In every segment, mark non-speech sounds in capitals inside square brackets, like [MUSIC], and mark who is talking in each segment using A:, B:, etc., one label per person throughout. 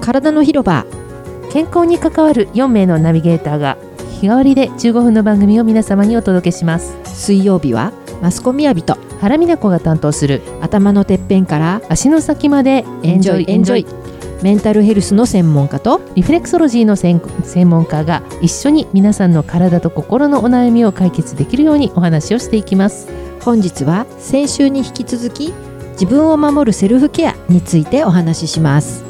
A: 体の広場健康に関わる4名のナビゲーターが日替わりで15分の番組を皆様にお届けします
B: 水曜日はマスコミやびと
A: 原美奈子が担当する
B: 頭のてっぺんから
A: 足の先まで
B: エンジョイエンジョイメンタルヘルスの専門家と
A: リフレクソロジーの専専門家が一緒に皆さんの体と心のお悩みを解決できるようにお話をしていきます
B: 本日は先週に引き続き自分を守るセルフケアについてお話しします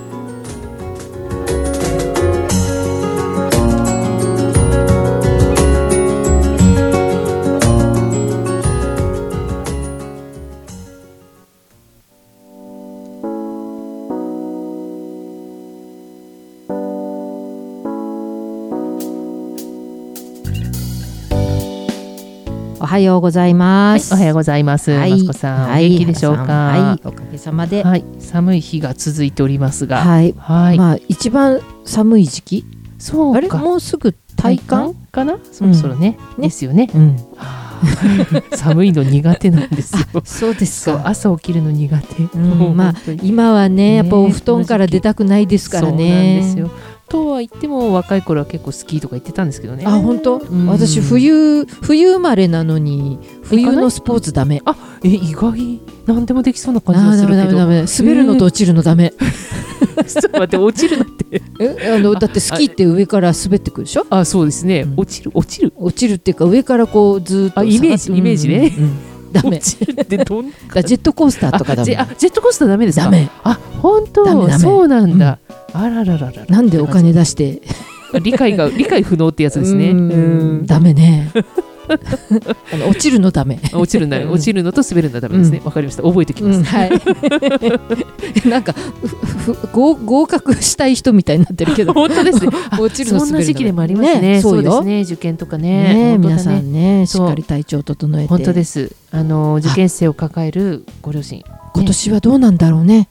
B: おはようござい
A: は
B: ま
A: い
B: す、
A: おはようございますマスコさん、お元気でしょうか
B: はい、おかげさまで、
A: はい、寒い日が続いておりますが、はい、
B: はい、まあ一番寒い時期
A: そ
B: あ
A: う
B: れ
A: か、
B: もうすぐ体感、
A: かな、そろそろね、
B: ね
A: ですよね。 [LAUGHS]
B: うん、
A: はあ寒いの苦手な
B: [LAUGHS]
A: んですよ。
B: そうで
A: そう、朝起きるの苦手。
B: ん
A: もう
B: まあ
A: 本当に
B: 今はね
A: ね
B: やっぱお布団から出たくないですからね
A: そうなんですよ。とは言っても、若い頃は結構スキーとか行ってたんですけどね。
B: あ本当、
A: うん
B: 私冬冬生まれなのに冬のスポーツダメ
A: え、意外、何でもできそうな
B: あ
A: 感じがす
B: ダメ
A: る
B: ダ
A: け
B: メダ
A: ど。
B: メ滑るのと落ちるのダメ、
A: ちょっと待って、落ちるなって。
B: えあのだってスキーって上から滑ってくるでしょ
A: あ、そうですね
B: う。ん
A: 落ちる、落 [LAUGHS] ちる。
B: 落ちるっていうか上からこうずーっと
A: あイメージ
B: 下がって
A: イメージね
B: うんうんうんダメ
A: 落ちるってどんな。
B: だからジェットコースターとかダ
A: あジ
B: メ
A: ェあジェットコースターダメですか。
B: ダメ
A: あ、本当。
B: ダメダメ
A: そうなんだ。あららららら。
B: なんでお金出して
A: 理解が理解不能ってやつですね。
B: うん
A: うん
B: ダメねあの落ちるのダメ
A: 落ちるんだ
B: うん
A: 落ちるのと滑るのはダメですね。
B: う
A: わかりました。覚えてきます。
B: はい。 [LAUGHS] なんかふふ合合格したい人みたいになってるけど、
A: [LAUGHS] 本当ですね。あ
B: 落ちるの
A: そんな時期でもありますね。
B: そ
A: そううで
B: よ。
A: す
B: ね
A: ね。受験とかね。
B: え
A: 本当だ
B: 皆さんね、し
A: そう
B: っかり体調整えて。
A: 本当です。あの受験生を抱えるご両親。
B: 今年はどうなんだろうね。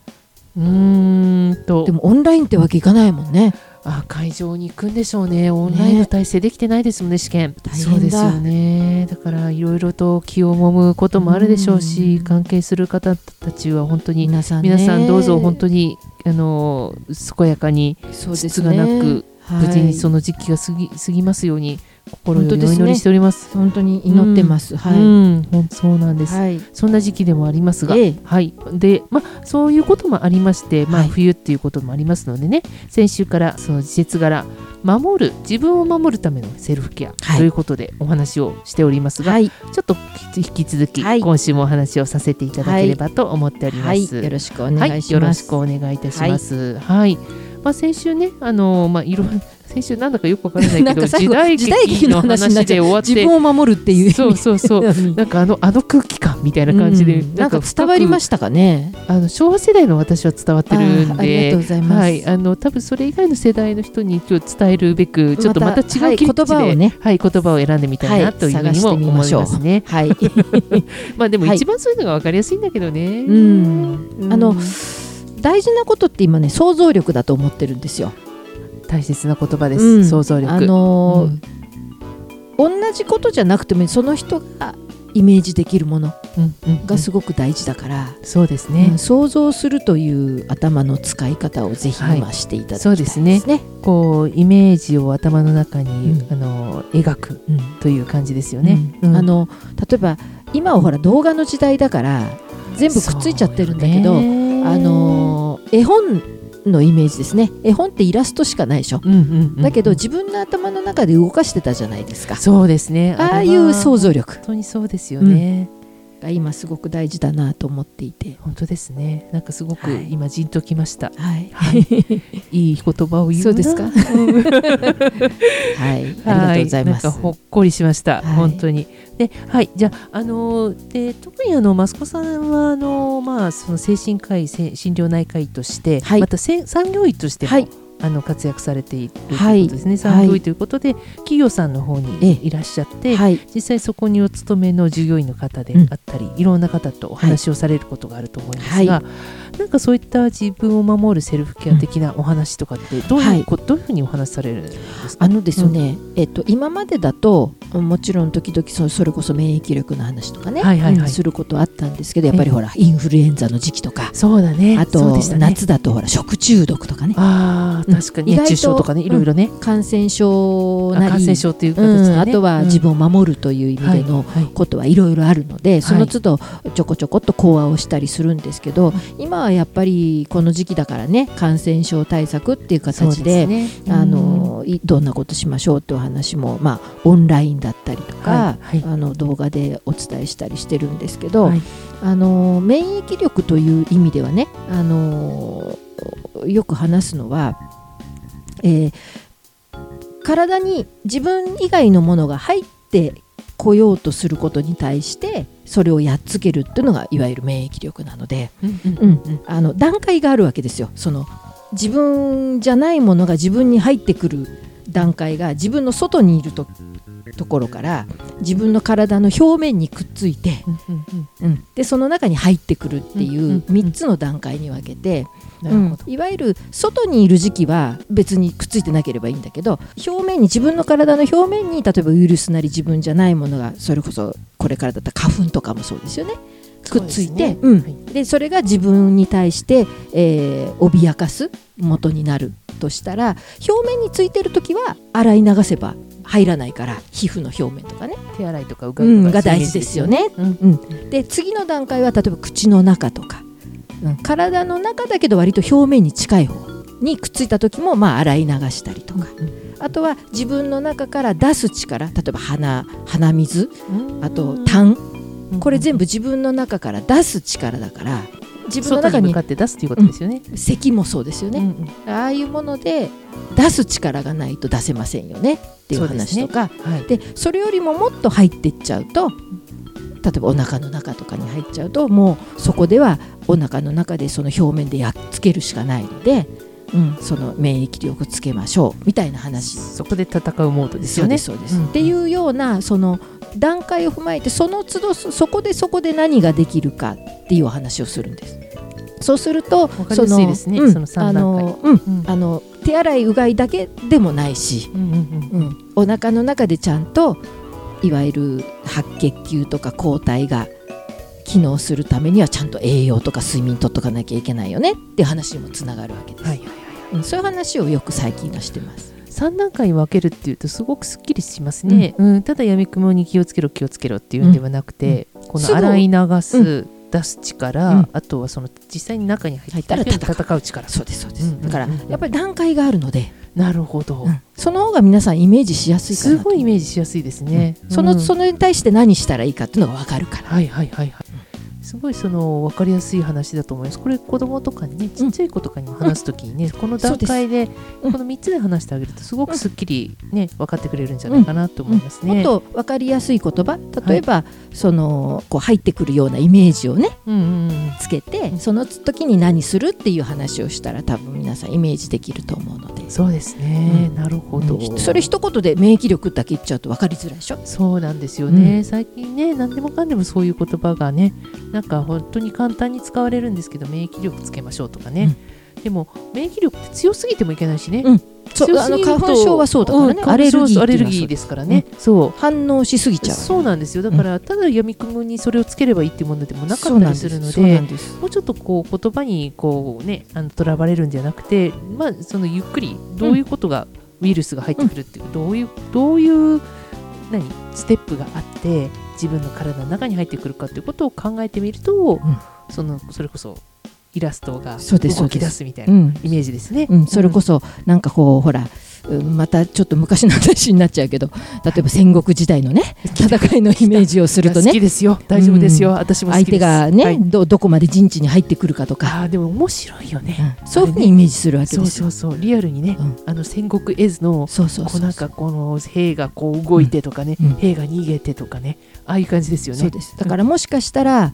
A: うーんと
B: でもオンラインってわけいかないもんね。
A: あ会場に行くんでしょうね。オンラインの体制できてないですもんね試験。
B: 大変だ
A: そうですよね。だからいろいろと気を揉むこともあるでしょう
B: う
A: し、
B: ん
A: 関係する方たちは本当に
B: 皆さんね、
A: 皆さんどうぞ本当にあの健やかに
B: そうですね
A: つがなく、
B: はい
A: 無事にその時期が過ぎ過ぎますように心よ
B: 本当
A: り
B: です
A: お
B: ね
A: 祈りしております。
B: 本当に祈ってます。は
A: う
B: い。
A: ん、ほんそうなんです、
B: はい。
A: そんな時期でもありますが、
B: ええ
A: はい、で、まあそういうこともありまして、まあ
B: はい
A: 冬っていうこともありますのでね、先週からその季節柄守る自分を守るためのセルフケア
B: はい
A: ということでお話をしておりますが、
B: はい。
A: ちょっと引き続き、
B: はい
A: 今週もお話をさせていただければと思っておりま
B: はい。
A: す。
B: よろしくお願いし
A: はい、よろ
B: ま
A: し
B: す。
A: くお願いいたします。はい、まあ先週ね、あのまあいろ先週なんだかよくわからない
B: なんか
A: けど
B: 最
A: 時
B: 後
A: 代
B: 時代劇
A: 劇
B: の
A: の
B: 話になっ
A: 話
B: ちゃ
A: で終わっ
B: 自
A: て、
B: 分を守るっていう意味。
A: そうそうそう。
B: なのに
A: なんかあのあの空気感みたいな感じで、
B: うんなんか伝わりま
A: し
B: したかね。
A: た。あの昭和世代の私は伝わってる
B: あ
A: ん
B: ーありがとう
A: で。
B: ございます。
A: はい、あの多分それ以外の世代の人に今日伝えるべくちょっとま
B: ま
A: た
B: たは
A: 違
B: いう
A: 切り口で、
B: 言葉をね
A: はい、言葉を選んでみたい
B: は
A: ないというふうに
B: 探
A: も
B: してみ
A: 思
B: ま
A: い
B: しょう
A: ますね。
B: はい。
A: [LAUGHS] まあでも
B: はい
A: 一番そういうのがわかりやすいんだけどね。
B: うん
A: うん
B: あの大事なことって今ね想像力だと思ってるんですよ。
A: 大切な言葉です。
B: うん
A: 想像力。
B: あ
A: う
B: の
A: ん
B: ー同じことじゃなくてもその人がイメージできるもの
A: うんうん
B: がすごく大事だから、
A: そうです
B: うん
A: ね、
B: 想像するという頭の使い方をぜひ
A: はい
B: 今していただきた
A: そ
B: いうで
A: ですす
B: ね。
A: ねこうイメージを頭の中に、
B: うん
A: あの描く
B: うん
A: という感じですよね。うん
B: あの例えば今はほら動画の時代だから全部くっついちゃってるんだけど、
A: そうよね
B: あのー絵本のイメージですね絵本ってイラストしかないでしょ
A: うんうんうん
B: だけど自分の頭の中で動かしてたじゃないですか。
A: そうですね
B: ああいう想
A: 像
B: 像力
A: 本当にそうですよね、
B: が今すごく大事だなと思っていて。
A: 本当ですねなんかすごく
B: はい
A: 今じんときました、
B: はい。
A: い、い言葉を言うな
B: そう
A: [LAUGHS]
B: ですか。はい。ありがとうございます。
A: はなんかほっこりしました、
B: はい
A: 本当に。で、はい、じゃあ、あのーで特にあの益子さんはあのーまあその精神科医、せん診療内科医として、
B: はい
A: またせん産業医としても、
B: はい
A: あの活躍されていると
B: はいいう
A: ことですね、
B: はい
A: 産業医ということで、企業さんの方
B: ええ
A: にいらっしゃって、
B: はい、
A: 実際そこにお勤めの従業員の方であったり、いろんな方とお話をされることがあると思いますが、
B: は
A: なんかそういった自分を守るセルフケア的なお話とかってどう
B: は
A: いう
B: い
A: こ、どういうふうにお話しされるんですか
B: あのですね、えっと、今までだともちろん時々そそれこそ免疫力の話とかね、
A: はいはいはい
B: うんすることあったんですけどやっぱりほらインフルエンザの時期とか、
A: そうだね
B: あ
A: そう
B: と、
A: でしたね
B: 夏だとほら食中毒とかね
A: あー確かに
B: うん意外
A: 熱
B: と
A: 中症とかねいろいろね、
B: 感染症なり
A: 感染症という形
B: う
A: で、ね
B: ん、あとは自分を守るという意
A: うんは
B: 味
A: い
B: での
A: はい
B: ことはいろいろあるので、その都度ちょこちょこっと講話をしたりするんですけど、今はやっぱりこの時期だからね感染症対策っていう
A: そう
B: 形
A: す
B: で
A: ね
B: あのいどんなことしましょうってお話も、まあ、オンラインだったりとか、
A: はいは
B: あの動画でお伝えしたりしてるんですけ
A: うん
B: ど、
A: はい
B: あの免疫力という意味ではねあのよく話すのは、えー体に自分以外のものが入ってこようとすることに対してそれをやっつけるっていうのがいわゆる免疫力なので。
A: うんうんうん
B: あの段階があるわけですよその自分じゃないものが自分に入ってくる段階が自分の外にいるとところから自分の体の表面にくっついて、
A: うんう
B: う
A: ん
B: んでその中に入ってくるってい
A: うんうん
B: う
A: うん
B: 3つの段階に分けて、
A: なるほど、
B: うんいわゆる外にいる時期は別にくっついてなければいいんだけど表面に自分の体の表面に例えばウイルスなり自分じゃないものがそれこそこれからだったら花粉とかもそうですよねくっつい
A: そう
B: て
A: ですね
B: うん
A: はい
B: でそれが自分に対して、えー脅かす元になるとしたら表面についてる時は洗い流せば入らないから皮膚の表面とかね、
A: 手洗いとかうが
B: う
A: いとか、
B: ん、が大事ですよね
A: そういうイメージですよね。
B: で次の段階は例えば口の中とか、うん体の中だけど割と表面に近い方にくっついた時もまあ洗い流したりとかあとは自分の中から出す力例えば鼻鼻水
A: うん
B: あと痰
A: うん
B: これ全部自分の中から出す力だから自分の
A: 外
B: 中
A: に向
B: に
A: かって出すということですよね。
B: 咳もそうですよね、
A: うんうん
B: ああいうもので出す力がないと出せませんよねっていう
A: そうです
B: 話
A: ね
B: とか
A: はい。
B: でそれよりももっと入っていっちゃうと例えばお腹の中とかに入っちゃうともうそこではお腹の中でその表面でやっつけるしかないので、うん、その免疫力をつけましょうみたいな話
A: そこで戦うモードですよね。
B: そうですそうです、
A: うん
B: っていうようなその段階を踏まえてその都度そそこでそこで何ができるかっていうお話をするんです。そうすると
A: かりやすいですね
B: うん
A: その三段階
B: あの、うん
A: うん
B: あの手洗いうがいだけでもないし、
A: うんうん
B: うん、お腹の中でちゃんといわゆる白血球とか抗体が機能するためにはちゃんと栄養とか睡眠とっとかなきゃいけないよねっていう話にもつながるわけで
A: うん
B: す、
A: はいはいはい
B: う
A: は
B: ん、そういう話をよく最近はしてます
A: い。三段階に分けるっていうとすごくすっきりしますね。うん。ただ闇雲に気をつけろ気をつけろっていうんではなくて、この
B: すぐ
A: 洗い流
B: う
A: す出す
B: う
A: 力
B: ん、
A: あとはその実際に中に入
B: 入っ
A: っ
B: てたら戦う
A: 戦う力。
B: そうですそうで
A: う
B: す
A: んうんうん
B: だからやっぱり段階があるので、
A: なるほど
B: う。んその方が皆さんイメージしやすいか
A: す
B: なと
A: ごいイメージしやすいですね。
B: そのそ
A: の
B: のに対して何したらいいかっていうのが分かるから
A: はいはいはいはい。すごいその分かりやすい話だと思います。これ子供とかにね、ちっちゃい子とかにも話すときにね、この段階で
B: うん
A: この3つで話してあげるとすごくすっきりね、分かってくれるんじゃないかなと思いますね。
B: もっと分かりやすい言葉例えば、そのこう入ってくるようなイメージをね
A: うんうんうん
B: つけてその時に何するっていう話をしたら多分皆さんイメージできると思うので、
A: そうですね、
B: うん
A: なるほど、
B: うんそれ一言で免疫力だけ言っちゃうと分かりづらいでしょ
A: そうなんですよね、
B: う
A: 最近ね何でもかんでもそういう言葉がねなんか本当に簡単に使われるんですけど免疫力つけましょうとかね、でも免疫力って強すぎてもいけないしね、
B: うん
A: 強
B: そうあ
A: すぎ
B: の
A: ると
B: 花粉症はそうだからね、
A: ん
B: ア
A: 花
B: レ
A: 粉症
B: ルギ
A: は
B: ー
A: ア
B: ってい
A: レ
B: うの
A: ル
B: はそう
A: ギー
B: だ
A: ですからね、そう
B: 反応しすぎちゃう
A: そうなんですよだから、ただ闇雲にそれをつければいいってものでもなか
B: そ
A: っ
B: う
A: た
B: なん
A: り
B: です
A: るの
B: そう
A: で
B: なんです
A: もうちょっとこう言葉にこうねあのとらわれるんじゃなくて、まあ、そのゆっくりどういうことが、ウイルスが入ってくるっていう、どういうどういう何ステップがあって自分の体の中に入ってくるかということを考えてみると、そのそれこそイラストが
B: そうです
A: 動き出すみたいうなんイメージですね。
B: うん、それこそなんかこうほらうんまたちょっと昔の話になっちゃうけど例えば戦国時代のね戦いのイメージをすると
A: 好き
B: ね
A: ですよ大丈夫ですよ、私も好
B: 相
A: きで
B: 手
A: す
B: がね、
A: はい
B: どどこまで陣地に入ってくるかとか、
A: あーでも面白いよね、
B: うんそういうふうにイメージするわけ
A: そう
B: です
A: そ
B: よ。
A: うそうリアルにね、
B: うん
A: あの戦国絵図の
B: そうそう
A: こ
B: そう
A: うなんかこの兵がこう動いてとかね、
B: うん
A: 兵が逃げてとかねああいう感じですよね
B: そうですだからもしかしたら、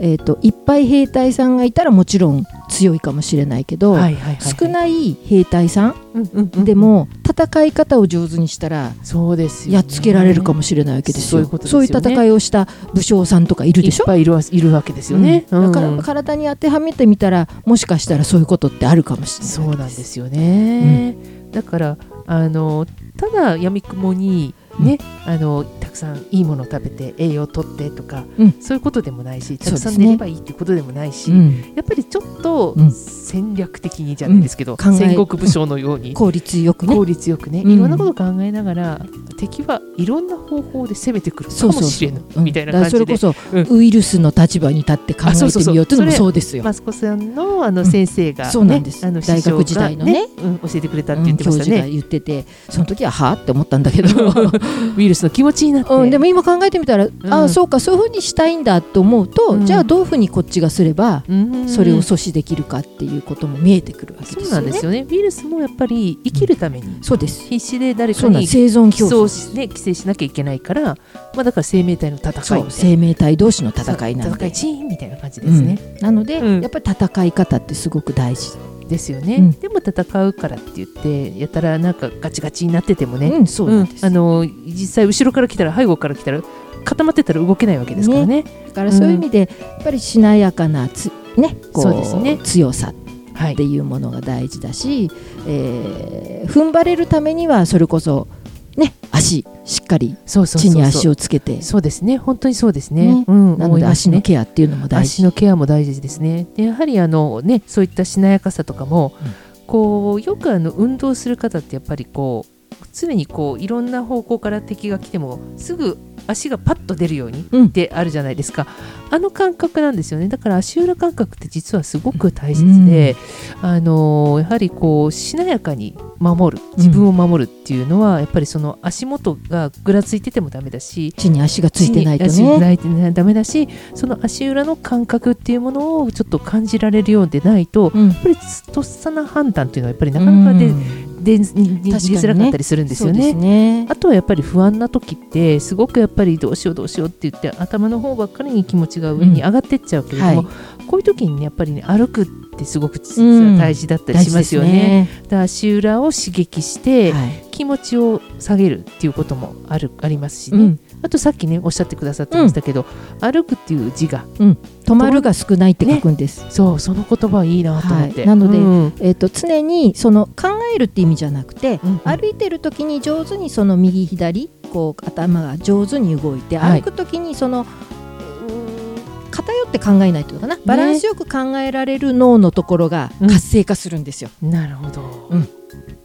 B: えー、といっぱい兵隊さんがいたらもちろん強いかもしれないけど、
A: はいはいはい、
B: 少ない兵隊さん
A: うんうんうん
B: でも戦い方を上手にしたら
A: そうですよ、ね、
B: やっつけられるかもしれないわけですよ。
A: そういうことですよね
B: そういう戦いをした武将さんとかいるでしょ
A: いっぱいいるわいるわけですよね。
B: うんだか
A: う
B: ら
A: ん
B: 体に当てはめてみたらもしかしたらそういうことってあるかもしれない
A: そうなんですよね。だからあのただやみくもにね、あのたくさんいいものを食べて栄養をとってとか、
B: うん
A: そういうことでもないした
B: そうで
A: く
B: す
A: さ
B: ね
A: ん寝ればいいってことでもないし、
B: うん
A: やっぱりちょっと
B: うん
A: 戦略的にじゃないですけど、
B: ん考え
A: 戦国武将のよ
B: [LAUGHS]
A: うに、
B: 効率よくね
A: 効率よくね、
B: うん
A: いろんなことを考えながら敵はいろんな方法で攻めてくるか
B: そうそ
A: も
B: う
A: し
B: そ
A: れないうみたい
B: う
A: な
B: ん
A: 感
B: だから
A: じで。
B: それこそ、
A: う
B: ウイルスの立場に立って考え
A: あそうそう
B: て
A: そう
B: みようっていうのも
A: それ
B: そうですよ。
A: マスコさんのあ
B: う
A: の
B: ん
A: 先生が、ね
B: そうなんです
A: あの
B: 大学時代のね
A: 師匠がうん教えてくれたって言って
B: うん
A: まし
B: 教
A: た
B: 授
A: ね
B: が。言っててその時ははあって思ったんだけど、
A: ウイルスの気持ちになって、
B: うん、でも今考えてみたら、
A: ん
B: ああそうかそういうふうにしたいんだと思うと、
A: うん
B: じゃあどういうふうにこっちがすれば
A: うん
B: それを阻止できるかっていうことも見えてくるわけ
A: そ
B: で
A: う
B: す
A: な
B: よ
A: ん
B: ね。
A: ですよねウイルスもやっぱり生きるために
B: そうです
A: 必死で誰
B: そ
A: か
B: うなん
A: に
B: です生存
A: 寄
B: 競
A: 生
B: 争
A: しね寄生しなきゃいけないから、まあ、だから生命体の戦いみた
B: そ
A: いうな
B: 生命体同士の戦いなの
A: 戦
B: で
A: いチーンみたいな感じですね、
B: うんなので、
A: うん
B: やっぱり戦い方ってすごく大事、
A: ですよね、
B: うん
A: でも戦うからって言ってやたらなんかガチガチになっててもね、
B: うんそうなんです、
A: あの実際後ろから来たら背後から来たら固まってたら動けないわけですからね
B: だからそういう意味で、やっぱりしなやかなつねこ
A: そうですね
B: 強さ
A: は
B: って
A: い
B: いうものが大事だし、えー踏ん張れるためにはそれこそね足しっかり
A: そうそうそうそう
B: 地に足をつけて
A: そうですね本当にそうですね
B: ね
A: うん、
B: なの
A: 思い
B: で
A: ます
B: 足
A: ね
B: のケアっていうのも大
A: 足
B: 事
A: のケアも大事ですね。でやはりあの、ね、そういったしなやかさとかも、
B: うん
A: こうよくあの運動する方ってやっぱりこう常にこういろんな方向から敵が来てもすぐ足がパッと出るように
B: うん
A: ってあるじゃないですか、あの感覚なんですよねだから足裏感覚って実はすごく大切で、あのやはりこうしなやかに守る自分を守るっていうのは、やっぱりその足元がぐらついててもダメだし
B: 地に足がついてないと
A: 足に
B: ね
A: ないとねダメだしその足裏の感覚っていうものをちょっと感じられるようでないと
B: うん
A: やっぱりとっさな判断っていうのはやっぱりなかなかで、
B: うん
A: で出づらかったりするんです
B: そ
A: よ
B: うで
A: ね。
B: すね
A: あとはやっぱり不安な時ってすごくやっぱりどうしようどうしようって言って頭の方ばっかりに気持ちが上に上がってっちゃうけれども、
B: うんは
A: こういう時にねやっぱりね歩くってすごく実は大事だったり
B: 大
A: し
B: 事
A: ま
B: ですす
A: よね。
B: ね。
A: だから足裏を刺激して
B: はい
A: 気持ちを下げるっていうこともあるありますし
B: う
A: ね。
B: ん
A: あとさっきねおっしゃってくださってましたけど、歩くっていう字が
B: 止まるが少ないって書くんです。
A: そうその言葉いいなと思って、
B: はいなので
A: うん
B: えっと常にその考えるって意味じゃなくて、
A: うん
B: 歩いてる時に上手にその右左こう頭が上手に動いて、
A: はい
B: 歩く時にそのうーん偏って考えないというのかなバランスよく考えられる脳のところが
A: うん
B: 活性化するんですよ、
A: なるほど、
B: うん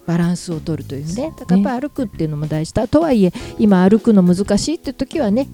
B: バランスを取るというねだからやっぱ歩くっていうのも大事だ、とはいえ今歩くの難しいって時はね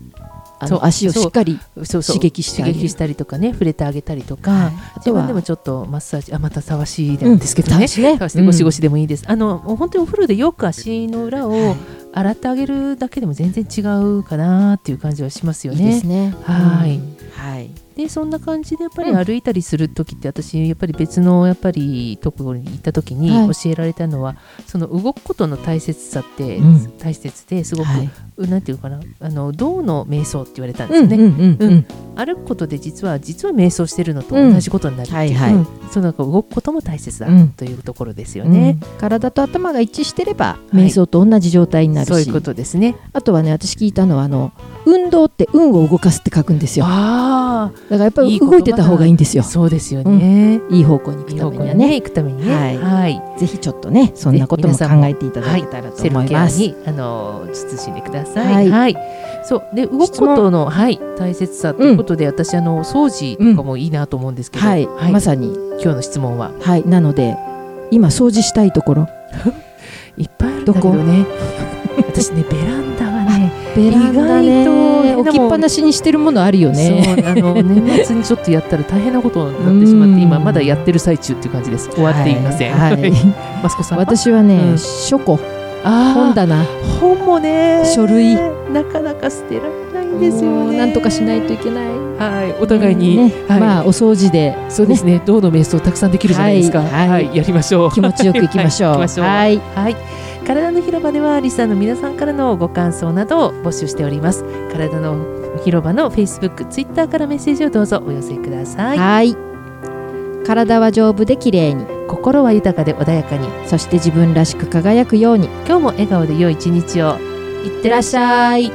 B: あ
A: そう
B: の足をしっかり
A: そうそう
B: 刺激してあげ
A: 刺
B: る
A: 激したりとかね触れてあげたりとか、
B: はいあ
A: 自
B: とは
A: 分でもちょっとマッサージあまたたわしなんですけど
B: う
A: ね、
B: んたわしね
A: たわしでゴシゴシでもいいです、あのもう本当にお風呂でよく足の裏を洗ってあげるだけでも全然違うかなっていう感じはしますよ
B: いいです
A: ね。
B: ね
A: はい
B: うんはい
A: でそんな感じでやっぱり
B: うん
A: 歩いたりする時って、私やっぱり別のやっぱりところに行った時に
B: はい
A: 教えられたのは、その動くことの大切さって、
B: うん
A: 大切ですごく、
B: はい
A: なんていうのかなあの道の瞑想って言われたんです
B: う
A: よ
B: んう
A: ね、
B: んうんうん
A: 歩くことで実は実は瞑想してるのと同じことになるっていう、
B: うんはいはい
A: うんそうなんか動くことも大切だ
B: うん
A: というところですよね、
B: うん体と頭が一致してれば
A: い
B: 瞑想と同じ状態になるし、
A: そういうことですね
B: あとはね私聞いたのはあの運動って運を動かすって書くんですよだか
A: あ
B: らやっぱ
A: い
B: り
A: い言葉
B: 動いてた方がいいんです
A: あ
B: よ
A: そうですよね、
B: いい方向に行
A: い
B: く
A: い
B: た
A: 方
B: め
A: 向
B: には
A: に
B: ね
A: ね行くためにね
B: はい
A: はい
B: ぜひちょっとねそんなことも考えていただけたらと
A: セル
B: 思い
A: ケア
B: ます、
A: にあの慎んでください。は、
B: はいい
A: そうで動くことのはい大切さということで、私あの掃除とかもいいなと思うんですけど、
B: はい、まさに
A: 今日の質問は
B: はいなので今掃除したいところ
A: いっぱいあるんだけどね。私ねベランダがね
B: ベランダ
A: 意外
B: ね
A: と
B: 置きっぱなしにしてるものあるよね
A: そうあの年末にちょっとやったら大変なことになってしまっ
B: うん
A: て今まだやってる最中っていう感じです終わっていません、
B: はい
A: [LAUGHS]
B: はい
A: マスコさん
B: 私はね、
A: うん
B: 書庫
A: あー
B: 本棚
A: 本もね
B: 書類
A: なかなか捨てられないんですよ
B: もう
A: ね
B: なんとかしないといけない
A: はいお互いに、
B: ね
A: はい
B: まあお掃除で
A: そうですねどうの瞑想たくさんできるじゃないですかは、
B: はいいはい
A: やりましょう
B: 気持ちよくいきましょう。
A: [LAUGHS] はい行きましょう
B: はい、
A: はい。体の広場ではリスナーの皆さんからのご感想などを募集しております。体の広場の Facebook、Twitter からメッセージをどうぞお寄せください。
B: はい体は丈夫で綺麗に
A: 心は豊かで穏やかに、
B: そして自分らしく輝くように
A: 今日も笑顔で良い一日を。
B: いってらっしゃい